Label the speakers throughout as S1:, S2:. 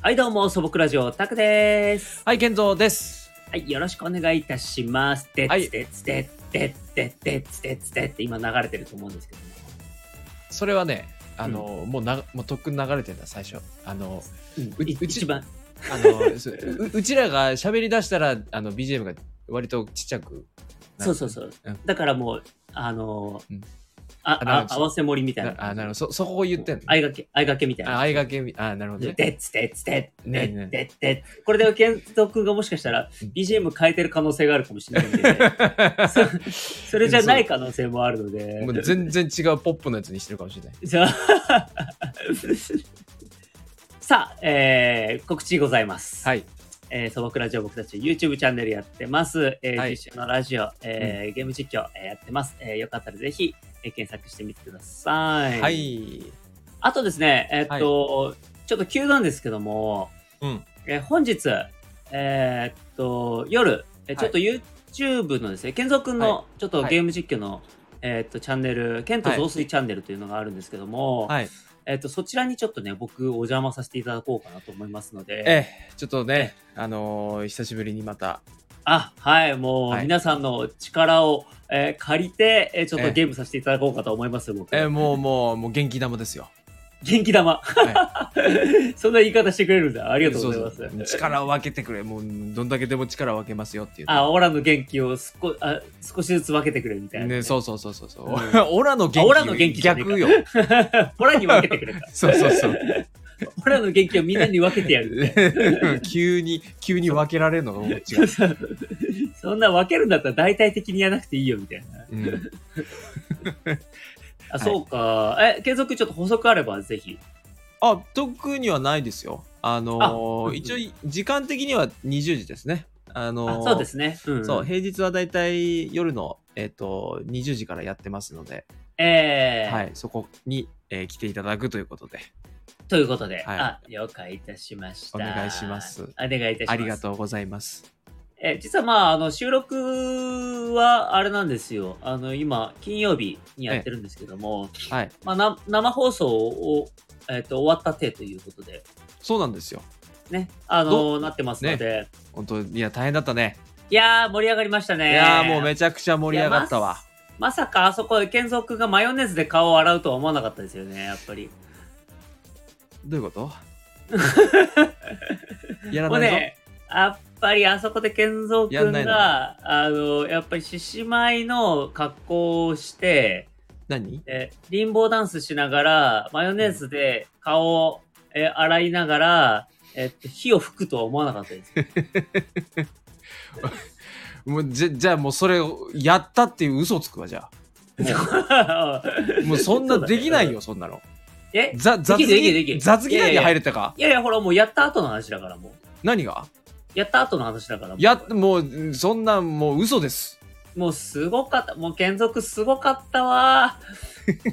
S1: はい、どうも、素朴ラジオ、タクです。
S2: はい、健三です。
S1: はい、よろしくお願いいたします。で
S2: はい
S1: つでつでつでつでつでつでつでって今流れてると思うんですけども、
S2: それはね、あの、もうな、もうとっくに流れてた、最初。あの、
S1: う、
S2: うんう
S1: い
S2: ち
S1: 一番、
S2: あの、そうううちらが喋り出したら、あの、BGM が割とちっちゃく。
S1: そうそうそう
S2: うん。
S1: だからもう、あのー
S2: うん、
S1: あ
S2: あな
S1: あ
S2: るほど
S1: 合わせ盛りみたいな
S2: な。あ、なるほど。そ、そこを言ってんの。
S1: あいがけ、あいがけみたい
S2: あ、
S1: な。
S2: 相掛けみ、あ、なるほど
S1: で
S2: ね。
S1: でつでつでつで
S2: ねね
S1: でつでこれで健人君がもしかしたら
S2: うん
S1: BGM 変えてる可能性があるかもしれないんでね、そそれじゃない可能性もあるので
S2: もう全然違うポップのやつにしてるかもしれない。
S1: じゃあさあ、えー告知ございます。
S2: はい。
S1: えー素朴ラジオ僕たち YouTube チャンネルやってます。えー
S2: はい
S1: 実写のラジオ、えーゲーム実況、えーやってます。えーよかったらぜひ、えー検索してみてください。
S2: はい。
S1: あとですね、えーっと、ちょっと急なんですけども、
S2: うん。
S1: えー本日、えーっと、夜、えーち
S2: は
S1: ょ
S2: い
S1: っと YouTube のですね、健三くん
S2: は
S1: のちょっと
S2: はい
S1: ゲーム実況の、えーっと、チャンネル、ケント増水チャンネルというのがあるんですけども、
S2: はい。
S1: えっと、そちらにちょっとね、僕、お邪魔させていただこうかなと思いますので、
S2: ええ、ちょっとね、あのー久しぶりにまた。
S1: あ、はい、もう、
S2: はい
S1: 皆さんの力を、えー借りて、えーちょっ
S2: え
S1: と
S2: え
S1: ゲームさせていただこうかと思います、僕。
S2: ええ、もう、もう、もう元気玉で すよ。
S1: 元気玉。
S2: は
S1: そんな言い方してくれるんだ。あ
S2: あ
S1: りがとうございます。
S2: 力を分けてくれ。もう、どんだけでも力を分けますよっていうね。
S1: あ、オラの元気を少あ少しずつ分けてくれみたいな。
S2: ね、そうそうそうそうそう
S1: うん。
S2: オラの元気。
S1: オラの元気じゃねえか
S2: 逆よ。
S1: オラに分けてくれた。
S2: そうそ うそう。
S1: オラの元気をみんなに分けてや る。
S2: 急に、急に分けられるのがこっちが。
S1: そんな分けるんだったら大体的にやらなくていいよみたいな。
S2: うん
S1: あ、そうか。え、継続ちょっと補足あればぜひ。
S2: あ、特にはないですよ。あ
S1: あ
S2: の
S1: うん
S2: ー一応、時間的には20時ですね。あの
S1: あ
S2: ー、
S1: そうですね。うん、
S2: そう、平日はだいたい夜の、えっと、20時からやってますので、
S1: えー、
S2: はい、そこに、えー来ていただくということで、
S1: ということで、
S2: はい
S1: あ、了解いたしました。
S2: お願いします
S1: お願いいたします。
S2: ありがとうございます。
S1: えー実はまあ、あの、収録はあれなんですよ。あの、今、金曜日にやってるんですけども、
S2: はい、
S1: まあ、な生放送を、えっ、と、終わった手ということで、
S2: そうなんですよ。
S1: ね、あの、なってますので、
S2: 本当いや、大変だったね。
S1: いやー、盛り上がりましたね。
S2: いやーもうめちゃくちゃ盛り上がったわ。
S1: まさかあそこで健三君がマヨネーズで顔を洗うとは思わなかったですよね、やっぱり。
S2: どういうこと やら
S1: もう
S2: ないぞ。
S1: ね、やっぱりあそこで健三
S2: や
S1: 君
S2: んないの
S1: が、あの、やっぱり獅子舞の格好をして、
S2: 何
S1: えー、リンボーダンスしながら、マヨネーズで顔を、えー洗いながら、えっと、火を吹くとは思わなかったです。
S2: もうじゃじゃあもうそれをやったっていう嘘つくわじゃ あもうそんなできないよそんなの
S1: え
S2: ざ雑
S1: できるできるでき
S2: 技
S1: る
S2: 雑技
S1: いやい
S2: 団に
S1: や
S2: 入れたか
S1: いやいや、ほら、もうやった後の話だから、もう。
S2: 何が
S1: やった後の話だから。もう
S2: やもうそんなもう嘘です
S1: もうすごかった。もう、剣族すごかったわ。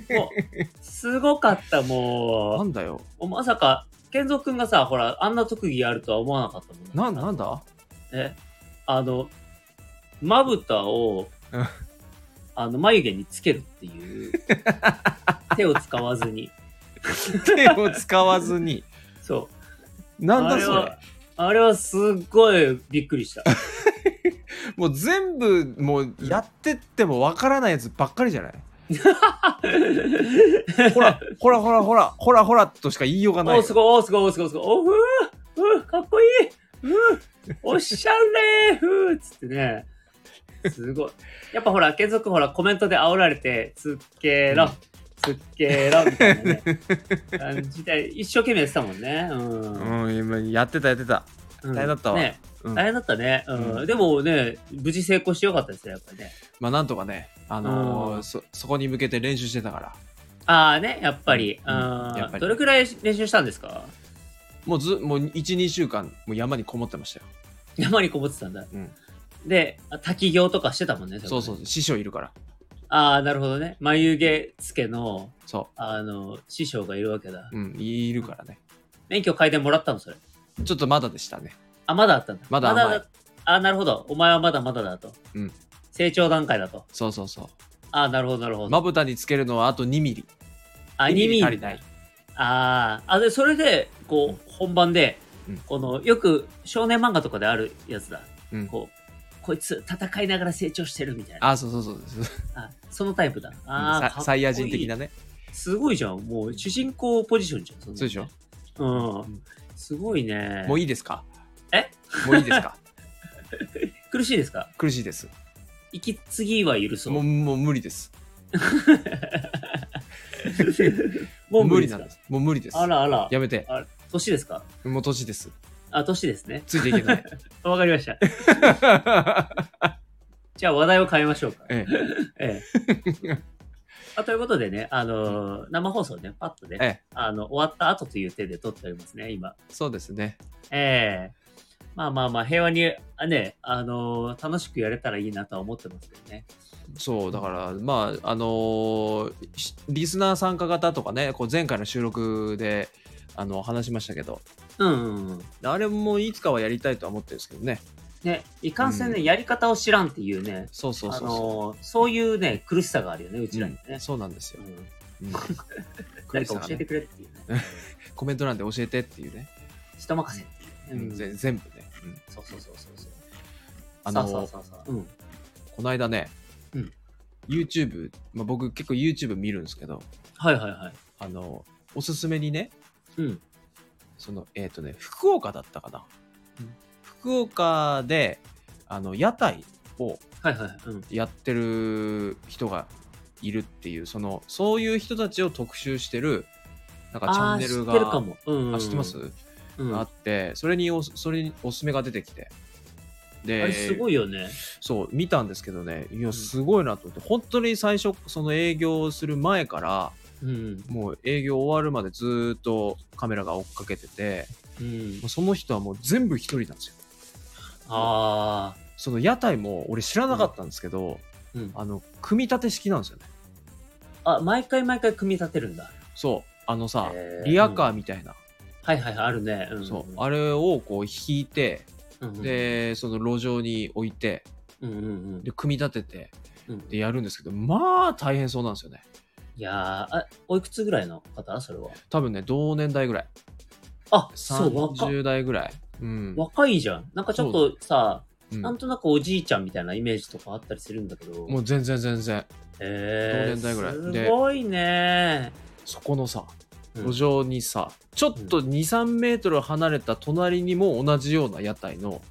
S1: もう、すごかった、
S2: な
S1: も
S2: んだよ
S1: う。もうまさか、剣族くんがさ、ほら、あんな特技あるとは思わなかったもんね。
S2: なな んだ
S1: えあのまぶたを
S2: うん
S1: あの眉毛につけるって いう手を使わずに
S2: 手を使わずに
S1: そう
S2: なん
S1: あ
S2: だ
S1: れ
S2: それ
S1: はあれはすっごいびっくりした
S2: もう全部もうやってってもわからないやつばっかりじゃない ほらほらほらほらほらほらとしか言いようがない
S1: おすごいおすごいおすごいおすごいおふうふうかっこいいうーおしゃれふうつってねすごいやっぱほら継続ほらコメントで煽られてつっけろ、
S2: うん
S1: つっけろみたいな、ね、感じで一生懸命やってたもんねうん
S2: うん今やってたやってた
S1: 大
S2: 大変だったわ
S1: ね、
S2: うん
S1: 大変だったね、うん
S2: うん
S1: でもね、無事成功してよかったですね、やっぱりね。
S2: まあなんとかねあ
S1: う
S2: のー
S1: ん
S2: そそこに向けて練習してたから
S1: ああね、やっぱり。
S2: うん
S1: あー
S2: やっぱり
S1: どれくらい練習したんですか
S2: もうずもう12週間もう山にこもってましたよ
S1: 山にこもってたんだ。
S2: うん
S1: で、あ滝行とかしてたもんね、
S2: そうそう
S1: う。
S2: 師匠いるから
S1: ああ、なるほどね。眉毛付けの、
S2: そ
S1: あの、師匠がいるわけだ。
S2: ううんいるからね
S1: 免許改伝もらったの、それ。
S2: ちょっとまだでしたね
S1: あ、まだあったんだ。
S2: まだ甘い
S1: あーなるほど。お前はまだまだだと。
S2: うん
S1: 成長段階だと。
S2: そうそうそ
S1: ああ、なるほど、なるほ
S2: う
S1: ど。
S2: まぶたにつけるのはあと2ミリ
S1: あ、2ミ
S2: 足り
S1: リ。
S2: ない
S1: あーあ、で、それで、こう、本番で、
S2: うん
S1: この、よく少年漫画とかであるやつだ。
S2: うん
S1: こう、こいつ戦いながら成長してるみたいな。
S2: あそうそうそうそう
S1: あそのタイプだ。ああ、
S2: ササイヤ人的な
S1: ね。
S2: ね
S1: すごいじゃん。もう主人公ポジションじゃん。そんなの
S2: そうでし
S1: う
S2: ょ
S1: ん。すごいね。
S2: もういいですか
S1: え
S2: もういいで すか
S1: 苦しいですか
S2: 苦しいです
S1: 息継ぎは許そう。
S2: もうもう無理です
S1: もう
S2: 無
S1: 無
S2: 理
S1: 理
S2: な
S1: なんん
S2: で
S1: です
S2: もう無理です
S1: す。あらあら。
S2: やめて
S1: あ年ですか
S2: もう年です
S1: あ、年ですね。
S2: ついていけない
S1: わかりました。じゃあ話題を変えましょうか。
S2: え
S1: ええ あということでね、あのー生放送ね、パッとね、
S2: ええ
S1: あの、終わった後という手で撮っておりますね、今。
S2: そうですね
S1: ええまあまあまあ、平和に、あね、あのー楽しくやれたらいいなとは思ってますけどね。
S2: そうだからまああのーしリスナー参加型とかねこう前回の収録であの話しましたけど
S1: うんうんうん。
S2: あれもいつかはやりたいとは思ってるんですけどね
S1: ね、いかんせんね、
S2: うん
S1: やり方を知らんっていうね、
S2: そうそうそうそう、
S1: あのーそういうね、苦しさがあるよね、うちらに
S2: うん
S1: ね。
S2: そうなんですよ、
S1: うん
S2: うん
S1: 誰
S2: 苦
S1: か
S2: し
S1: 教
S2: さが
S1: えて
S2: ね
S1: くれっていう ね。
S2: コメント欄で教えてっていうね、
S1: 人任せっていううね。うんん、
S2: ぜ全部ね、うん
S1: そうそうそうそうそう。
S2: あのー
S1: そうそうそうそう。うん。
S2: この間ね、
S1: うん
S2: YouTube、まあ、僕結構 YouTube 見るんですけど
S1: はいはいはい。
S2: あのおすすめにね
S1: うん。
S2: そのえっ、とね福岡だったかな、
S1: うん
S2: 福岡であの屋台を
S1: はいはいはい。うん。
S2: やってる人がいるっていうそのそういう人たちを特集してるなんかチャンネルが
S1: あー知ってるかも。うん、うん。
S2: あ知ってます、
S1: うん、
S2: あ
S1: あ
S2: ってそれにおそれにおすすめが出てきてで
S1: れすごいよね。
S2: そう見たんですけどねいや
S1: ん
S2: すごいなと思って、本当に最初その営業する前から
S1: うん。
S2: もう営業終わるまでずーっとカメラが追っかけてて
S1: うん
S2: もう。その人はもう全部一人なんですよ
S1: ああ。
S2: その屋台も俺知らなかったんですけど、
S1: うん、
S2: あの組み立て式なんですよね
S1: あ、毎回毎回組み立てるんだ。
S2: そうあのさ
S1: へー
S2: リアカーみたいな、
S1: はいはいはい、あるね。うん、
S2: そうあれをこう引いて、
S1: うん、
S2: でその路上に置いて
S1: うんうんうん
S2: で組み立てて
S1: うん。
S2: でやるんですけどまあ大変そうなんですよね
S1: いやーあ、おいくつぐらいの方それは。
S2: 多分ね同年代ぐらい
S1: あ、そう、若
S2: 30代ぐらいうん、
S1: 若いじゃん。なんかちょっとさ、
S2: うん
S1: なんとなくおじいちゃんみたいなイメージとかあったりするんだけど。
S2: もう全然全然
S1: えー、
S2: 同年代ぐらいです
S1: ごいね
S2: そこのさ
S1: うん
S2: 路上にさ、ちょっと2 3メートル離れた隣にも同じような屋台の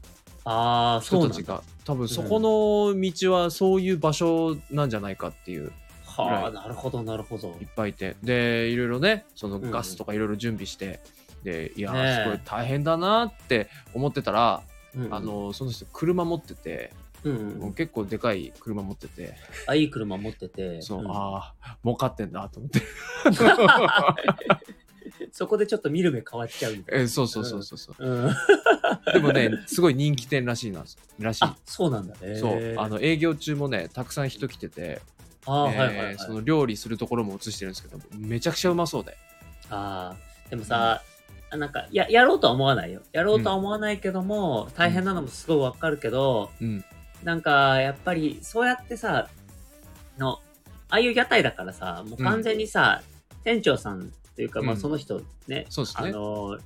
S1: ああ、そ
S2: 人
S1: うな
S2: た
S1: ん
S2: ち
S1: だ。
S2: が多分そこの道はそういう場所なんじゃないかっていう
S1: はあ、なるほど、なるほど
S2: いっ。ぱいいてでいろいろねその
S1: ん
S2: ガスとかいろいろ準備して、でいや
S1: ねえ
S2: ーすごい大変だなって思ってたら、
S1: うん
S2: あ、のその人車持ってて、
S1: うんう、
S2: もうん結構でかい車持ってて、
S1: あいい車持ってて、
S2: そう、
S1: ん
S2: ああ儲かってんだ と思って
S1: そこでちょっと見る目変わっちゃうんだ。
S2: えそうそうそうそうそう
S1: うん、
S2: でもねすごい人気店らしいなんですらしい
S1: あそうなんだね。
S2: そうあの営業中もねたくさん人来てて、
S1: あー、
S2: えー
S1: はいはいはい。
S2: その料理するところも映してるんですけどめちゃくちゃうまそうで
S1: あーでもさ、あなんかや、やろうとは思わないよ。やろうとは思わないけども、大変なのもすごいわかるけど、
S2: うん
S1: なんか、やっぱり、そうやってさ、の、ああいう屋台だからさ、もう完全にさ、店長さんというか、ま
S2: う
S1: あ
S2: ん
S1: その人ね、
S2: そうです
S1: あ
S2: ね
S1: のー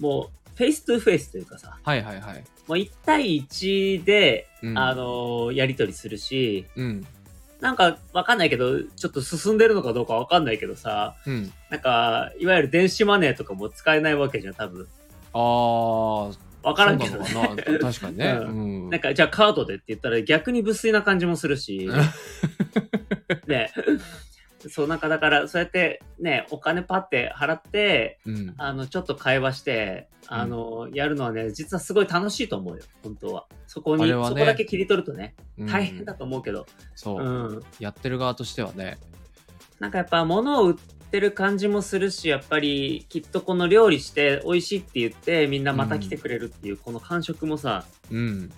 S1: もう、フェイストゥフェイスというかさ、
S2: はいはいはい、
S1: もう1対1で、
S2: うん、
S1: あのーやり取りするし、
S2: うん
S1: なんかわかんないけど、ちょっと進んでるのかどうかわかんないけどさ、
S2: うん
S1: なんか、いわゆる電子マネーとかも使えないわけじゃん、多分。
S2: ああ
S1: わからんけどね。
S2: そうなのかな確かにね、う
S1: うんなんか、じゃあカードでって言ったら逆に無粋な感じもする し。ね。そう、なんかだから、そうやってね、お金パって払って、
S2: うん、
S1: あの、ちょっと会話して、あの、やるのはね、実はすごい楽しいと思うよ、本当は。そこ
S2: あ
S1: に、
S2: れはね
S1: そこだけ切り取るとね、
S2: うん
S1: 大変だと思うけど、
S2: そうう、
S1: ん。
S2: やってる側としてはね
S1: なんかやっぱ物を売ってる感じもするし、やっぱりきっとこの料理して美味しいって言ってみんなまた来てくれるっていうこの感触もさ、
S2: うん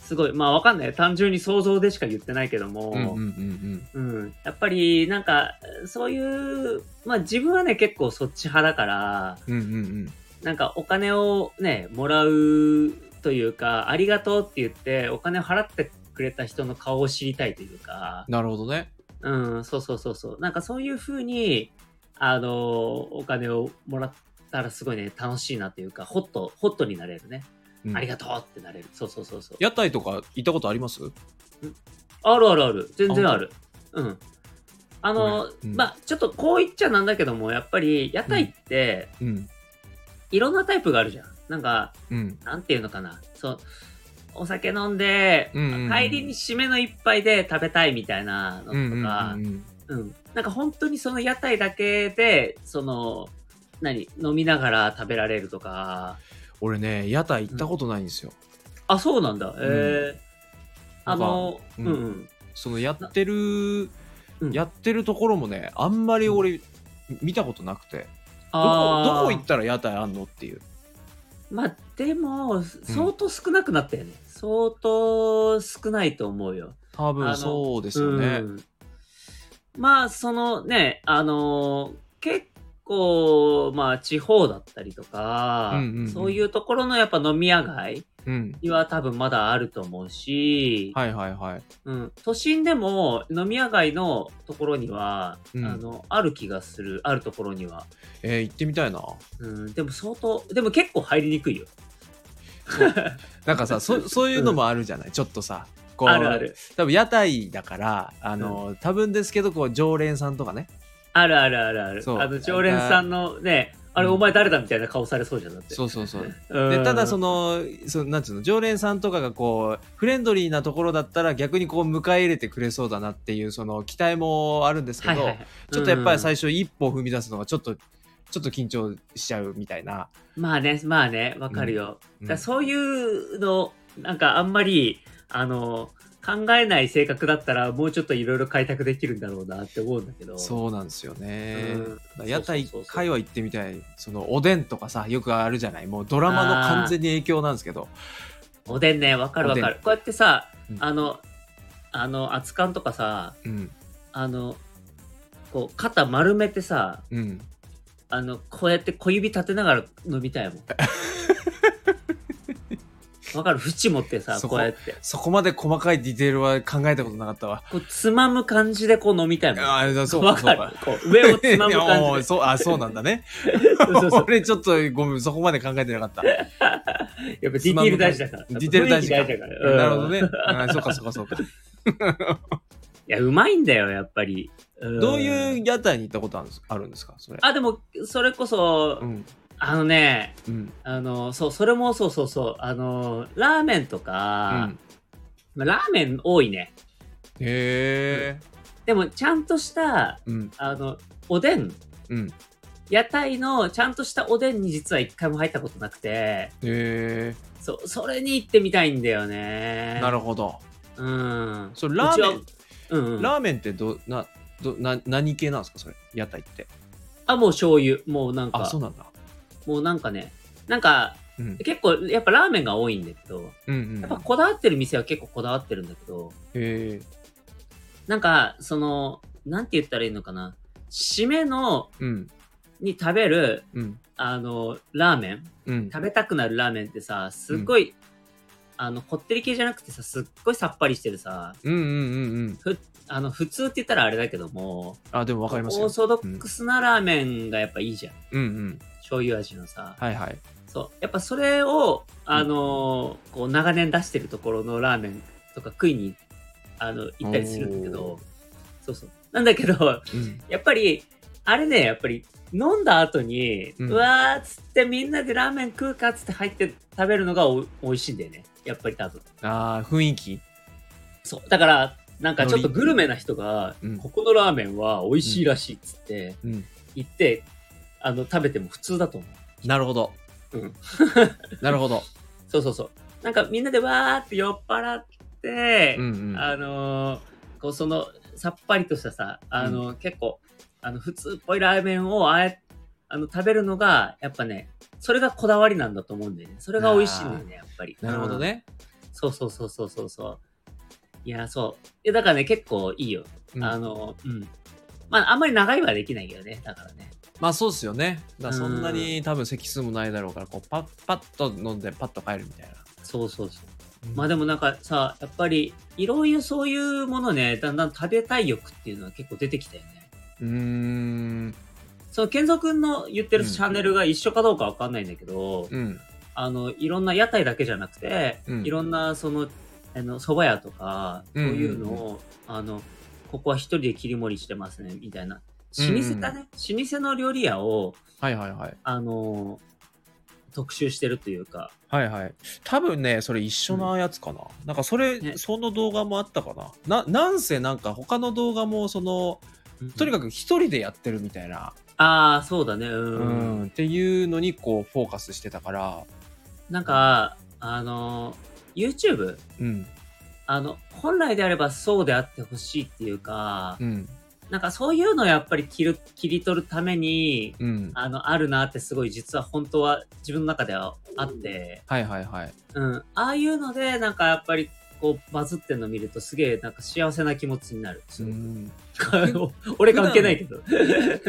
S1: すごい、まあわかんない。単純に想像でしか言ってないけど
S2: うんうん
S1: も、
S2: うん
S1: うんやっぱりなんかそういう、まあ自分はね結構そっち派だから、
S2: うんうんうん
S1: なんかお金をね、もらうというか、ありがとうって言ってお金を払ってくれた人の顔を知りたいというか、
S2: なるほどね
S1: うん、そうそうそうそう。なんかそういうふうに、あの、お金をもらっからすごいね、楽しいなというか、ホット、ホットになれるね。
S2: うん
S1: ありがとうってなれる。そうそうそうそう。
S2: 屋台とか行ったことあります
S1: あるあるある。全然ある。うん。あの、
S2: ごめんうん
S1: まあちょっとこう言っちゃなんだけども、やっぱり屋台って、
S2: うん。
S1: いろんなタイプがあるじゃん。なんか、
S2: うん。
S1: なんていうのかな。そう、お酒飲んで、
S2: うんうんうん
S1: 帰りに締めの一杯で食べたいみたいなの
S2: うんうんう
S1: と
S2: ん
S1: か
S2: う、ん。
S1: うん。なんか本当にその屋台だけで、その、何飲みながら食べられるとか。
S2: 俺ね、屋台行ったことないんですよ。
S1: あ、そうなんだ。ええ
S2: な
S1: あ
S2: んか
S1: の、う
S2: うんん
S1: うん。
S2: そのやってる
S1: う、ん
S2: やってるところもね、あんまり俺見たことなくて。どこ
S1: あー
S2: どこ行ったら屋台あんのっていう。
S1: まあでも、相当少なくなったよね。相当少ないと思うよ。
S2: 多
S1: あ
S2: 分
S1: の
S2: そうですよね
S1: う。んまあそのね、あの結構、まあ地方だったりとか、
S2: うんうんうん
S1: そういうところのやっぱ飲み屋街
S2: うん。
S1: には多分まだあると思うし、
S2: はいはいはい。
S1: うん、都心でも飲み屋街のところには、
S2: うん
S1: あのある気がする、あるところには。
S2: えー行ってみたいな。
S1: うん、でも相当、でも結構入りにくいよ。
S2: なんかさ、そ そういうのもあるじゃない、ちょっとさ。こう
S1: あるある。
S2: 多分屋台だから、あの、多分ですけど、こう、常連さんとかね。
S1: あるあるあるある。
S2: そう
S1: あの常連さんのね、あれお前誰だみたいな顔されそうじゃなくて。
S2: そうそうそう。
S1: うん
S2: で、ただその、そのなんつうの、常連さんとかがこう、フレンドリーなところだったら逆にこう、迎え入れてくれそうだなっていう、その、期待もあるんですけど、
S1: い、
S2: ちょっとやっぱり
S1: 初
S2: 最初一歩踏み出すのがちょっと、ちょっと緊張しちゃうみたいな。
S1: まあねまあねわかるよ、
S2: うん
S1: だからそういうのなんかあんまりあの考えない性格だったらもうちょっといろいろ開拓できるんだろうなって思うんだけどう
S2: そうなんですよね。
S1: うん
S2: だから屋台
S1: そうそうそうそう
S2: 会話行ってみたい。そのおでんとかさ、よくあるじゃない。もうドラマの完全に影響なんですけど。
S1: おでんねわかるわか
S2: おで
S1: るこうやってさ、
S2: うん
S1: あのあの熱燗とかさ
S2: うん。
S1: あのこう肩丸めてさ
S2: うん。
S1: あのこうやって小指立てながら飲みたいも んわかる縁持ってさ
S2: そ
S1: こ
S2: こ
S1: うやって
S2: そこまで細かいディテールは考えたことなかったわ。
S1: こうつまむ感じでこう飲みたいもん
S2: ああ、そう
S1: わ
S2: か、そ
S1: か
S2: う
S1: る
S2: か。
S1: こう上をつ まむ
S2: いやも
S1: 感
S2: う
S1: じで。
S2: そうあそうなんだね。
S1: そうそうそう。
S2: 俺ちょっとごめん、そこまで考えてなかった。
S1: やっぱディティール大事だから。
S2: ディテール大事か
S1: 雰囲気からうん
S2: なるほどね。あそうか、そうか、そうか。
S1: いや、うまいんだよ、やっぱり。。
S2: どういうう屋台に行ったことあるんですあるんですかそれ。
S1: あ、でも、それこそ、
S2: うん。
S1: あのね、
S2: うん。
S1: あの、そう、それもそうそうそう、あの、ラーメンと
S2: う
S1: か
S2: ん、
S1: まあラーメン多いね。
S2: へえ。
S1: でも、ちゃんとした、
S2: うん。
S1: あの、おでん、
S2: うん。へ
S1: 屋台のちゃんとしたおでんに実は一回も入ったことなくて、
S2: え。
S1: そう、それに行ってみたいんだよね。
S2: なるほど。
S1: ほど。うん。
S2: それラーメン
S1: うちはうん、うん。
S2: ラーメンってどなどな何系なんですかそれ屋台って
S1: あ、もう醤油。もうなん
S2: あ
S1: か
S2: そう、なんだ、
S1: もうなんかね、なんか、
S2: うん、
S1: 結構、やっぱラーメンが多いんだけど、
S2: うんうん
S1: やっぱこだわってる店は結構こだわってるんだけど、
S2: へえ
S1: なんか、その、なんて言ったらいいのかな。締めの、
S2: うん
S1: に食べる、
S2: うん
S1: あの、ラーメン。
S2: うん
S1: 食べたくなるラーメンってさ、すっごい、あの、こってり系じゃなくてさ、すっごいさっぱりしてるさ、
S2: うんうんうんうん
S1: あの、普通って言ったらあれだけども、
S2: あでもわかります
S1: オー
S2: よ
S1: ソドックスなラーメンがやっぱいいじゃん。
S2: うんうん
S1: 醤油味のさ。
S2: はいはい
S1: そう。やっぱそれを、あのーこう、長年出してるところのラーメンとか食いに、あの、行ったりするんだけ
S2: お
S1: ど
S2: ー、
S1: そうそう。なんだけど、
S2: うん
S1: やっぱり、あれね、やっぱり、飲んだ後に、う
S2: うん
S1: わーっつってみんなでラーメン食うかっつって入って食べるのがお美味しいんだよね。やっぱり多分。
S2: あー雰囲気
S1: そう。だから、なんかちょっとグルメな人が、
S2: うん
S1: ここのラーメンは美味しいらしいっつって、
S2: うん
S1: 行って、あの、食べても普通だと思う。
S2: なるほど、
S1: うん、
S2: なるほ ど
S1: そうそうそう。なんかみんなでわーって酔っ払って、
S2: うんうん
S1: あのーこうそのさっぱりとしたさ、あのー結構あの普通っぽいラーメンをあえあの食べるのがやっぱね、それがこだわりなんだと思うんだよね。それが美味しいんだよね、やっぱり。
S2: なるほどね、
S1: うん。そうそうそうそうそうそう。いや、そう。いやだからね、結構いいよ。
S2: うん
S1: あのー、うん。まあ、あんまり長いはできないけどね、だからね。
S2: まあそうですよねだからそんなに多分席数もないだろうからこうパッパッと飲んでパッと帰るみたいな、
S1: そうそうそう。
S2: うん
S1: まあでもなんかさ、やっぱり、いろいろそういうものね、だんだん食べたい欲っていうのは結構出てきたよね。
S2: うーん
S1: その、健三くんの言ってる
S2: うん
S1: チャンネルが一緒かどうかわかんないんだけど、
S2: うん。
S1: あの、いろんな屋台だけじゃなくて、
S2: うん
S1: いろんな、その、あの、蕎麦屋とか、そう
S2: うん
S1: いうのを、あの、ここは一人で切り盛りしてますね、みたいな。老舗だね、老舗の料理屋を、
S2: はいはいはい。
S1: あの、特集してるというか、
S2: はいはい。多分ね、それ一緒なやつかな。なんかそれ、
S1: ね
S2: その動画もあったかな。な、なんせなんか他の動画も、その、とに
S1: か
S2: かく一人でやってるみたいな、
S1: く、ああ、そうだね、
S2: う
S1: うん
S2: ん、っていうのにこう、フォーカスしてたから、
S1: なんか、あの、YouTube、
S2: うん、
S1: あの、本来であればそうであってほしいっていうか、
S2: うん、
S1: なんかそういうのをやっぱり切る、切り取るために、
S2: うん。
S1: あの、あるなってすごい実は本当は自分の中ではあって、
S2: はいはいはい。
S1: うん。ああいうので、なんかやっぱりこうバズってんの見るとすげえなんか幸せな気持ちになる。
S2: うん
S1: 俺関係ないけど。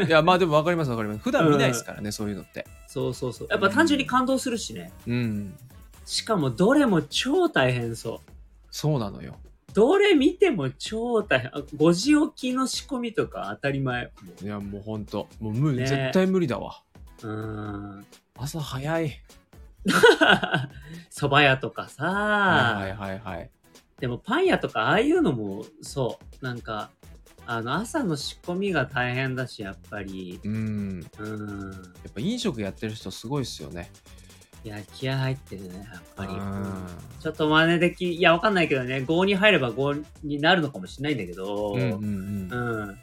S2: いや、まあでもわかりますわかります。普段見ないですからね、そういうのって。
S1: そうそうそう。やっぱ単純に感動するしね。
S2: うん、
S1: しかもどれも超大変そう。
S2: そうなのよ。
S1: どれ見ても超大変。あ5時起きの仕込みとか当たり前。
S2: いや、もうほんと、もう無理、
S1: ね
S2: 絶対無理だわ。
S1: うーん。
S2: 朝早い。
S1: 蕎麦屋とかさ、
S2: はいはいはいはい。
S1: でもパン屋とかああいうのもそう。なんか、あの朝の仕込みが大変だし、やっぱり。
S2: うん。や
S1: うーん。
S2: っぱ飲食やってる人すごいっすよね。
S1: いや、気合入ってるね、やっぱり。うん
S2: う
S1: ちょっと真似でき、いや、わかんないけどね、5に入れば5になるのかもしれないんだけど、
S2: んうんうんうん。
S1: うん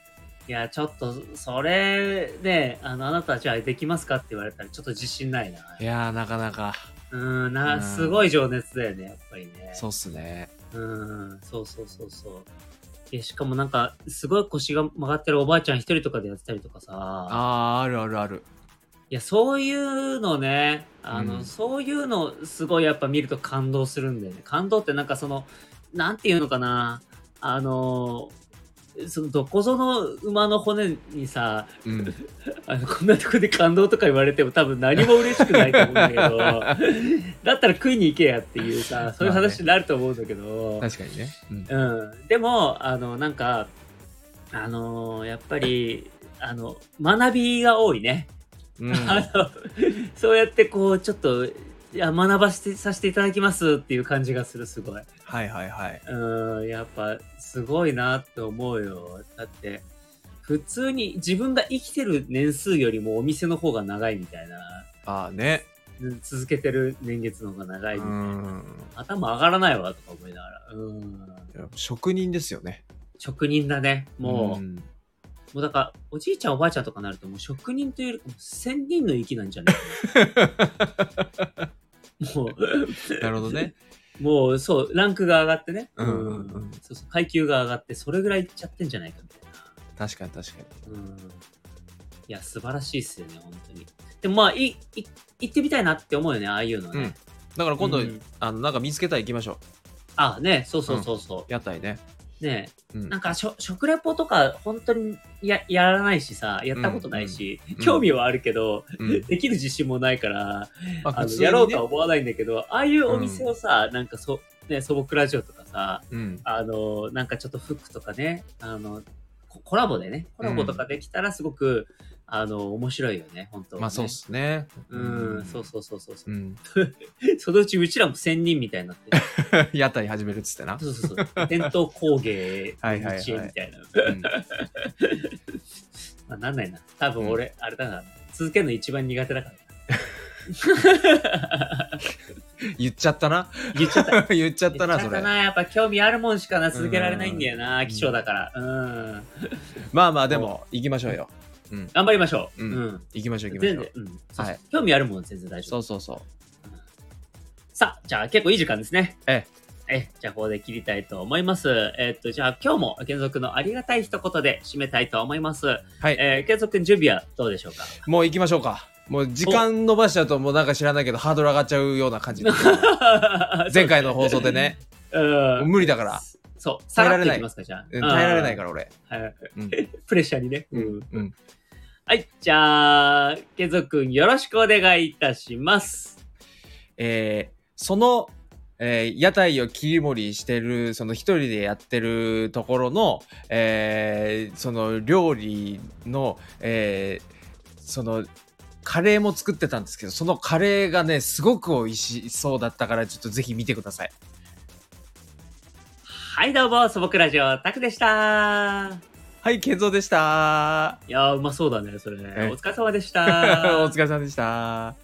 S1: いや、ちょっと、それで、あの、あなたじゃあできますかって言われたら、ちょっと自信ないな。
S2: いやー、なかなか、
S1: うん、
S2: う
S1: な、
S2: ん
S1: すごい情熱だよね、やっぱりね。
S2: そうっすね。
S1: うん、そうそうそうそう。いや、しかもなんか、すごい腰が曲がってるおばあちゃん一人とかでやってたりとかさ、
S2: あー、あるあるある。
S1: いや、そういうのね、あの、
S2: うん
S1: そういうの、すごいやっぱ見ると感動するんだよね。感動ってなんかその、なんていうのかな、あの、そのどこぞの馬の骨にさ、
S2: うん。
S1: あのこんなとこで感動とか言われても多分何も嬉しくないと思うんだけ どだったら食いに行けやっていうさそういう話になると思うんだけど、
S2: 確かにね。うん
S1: うん、でもあのなんかあのーやっぱりあの学びが多いね、
S2: うん
S1: あのそうやってこうちょっといや学ばせてさせていただきますっていう感じがするすごい、
S2: はいはいはい。
S1: うん、やっぱすごいなって思うよだって普通に自分が生きてる年数よりもお店の方が長いみたいな
S2: ああね。
S1: うん続けてる年月の方が長いみ
S2: う
S1: たいな、
S2: ん。
S1: 頭上がらないわとか思いながら、うん、
S2: 職人ですよね。
S1: 職人だねもう、
S2: ん
S1: もうだから、おじいちゃんおばあちゃんとかなると、もう職人というよりかも千人の息なんじゃ ないもう、
S2: なるほどね。
S1: もうそう、ランクが上がってね。
S2: うんうんうん
S1: そうそう、階級が上がって、それぐらいいっちゃってんじゃないかみたい
S2: 確かに確か
S1: な。うん。いや、素晴らしいっすよね、本当に。でもまあ、い、い、行ってみたいなって思うよね、ああいうの
S2: に。う
S1: ね
S2: ん。。だから今度、
S1: うん
S2: あの、なんか見つけたら行きましょう。
S1: あ、ね、そうそうそうそう。
S2: 屋台ね。
S1: ね
S2: うん
S1: なんかしょ食レポとか本当にややらないしさやったことないし、
S2: うん
S1: 興味はあるけど、
S2: うん
S1: できる自信もないから、
S2: ま
S1: あ
S2: 普
S1: の
S2: 通にね
S1: やろうとは思わないんだけどああいうお店をさ、なんかそ、ね、素朴ラジオとかさ
S2: うん。
S1: あのなんかちょっとフックとかねあのココラボでねコラボとかできたらすごく、あの面白いよね本当はね
S2: まあそうっすね。
S1: うん、そうそうそうそうそうう。
S2: ん。
S1: そのうちうちらも千人みたいになって、
S2: 屋台始めるっつってな。
S1: そうそう そう。伝統工芸の
S2: はいはいはい
S1: 道へみたいな。
S2: うん
S1: まあ、なんないな。多分俺、あれだな。続けるの一番苦手だからな。
S2: 言っちゃったな。
S1: 言っちゃった。
S2: 言っちゃった
S1: 言っ
S2: な、
S1: ちゃ
S2: そ
S1: っ
S2: れ
S1: た。な。やっぱ興味あるもんしかな、続けられないんだよ
S2: う
S1: な。
S2: ん
S1: 貴重だから。うん。
S2: まあまあ、でも、行きましょうよ。うん。
S1: 頑張りましょう。う
S2: うん
S1: ん。
S2: 行きましょう、行きまし
S1: 全
S2: ょう
S1: 然。、うん。そう
S2: はい
S1: 興味あるもん全然大丈
S2: そ
S1: 夫。
S2: うそうそう。
S1: さあ、じゃあ結構いい時間ですね。
S2: え
S1: え。え、じゃあここで切りたいと思います。えっと、じゃあ今日も、継続のありがたい一言で締めたいと思います。
S2: はい。
S1: えー、継続君準備はどうでしょうか
S2: もう行きましょうか。もう時間伸ばしちゃうと、もうなんか知らないけど、ハードル上がっちゃうような 感じで。 前回の放送でね。
S1: うん
S2: もう無理だから。
S1: そう、さ
S2: 耐え
S1: らっ
S2: られ
S1: てい
S2: ない
S1: きますか、じゃあ。
S2: うん耐えられな
S1: か
S2: いから、俺。
S1: ら。はい、
S2: うん。
S1: プレッシャーにね。
S2: うん。うん。
S1: はい、じゃあ、ケンゾくんよろしくお願いいたします。
S2: えーその、えー屋台を切り盛りしてる、その一人でやってるところの、えーその料理の、えーその、カレーも作ってたんですけど、そのカレーがね、すごく美味しそうだったから、ちょっとぜひ見てください。
S1: はい、どうも、素朴ラジオ、タクでした。
S2: はい、健三でした。
S1: いやー、うまそうだね、それね
S2: え。
S1: お疲れ様でし
S2: お
S1: た。
S2: 疲れ様でした。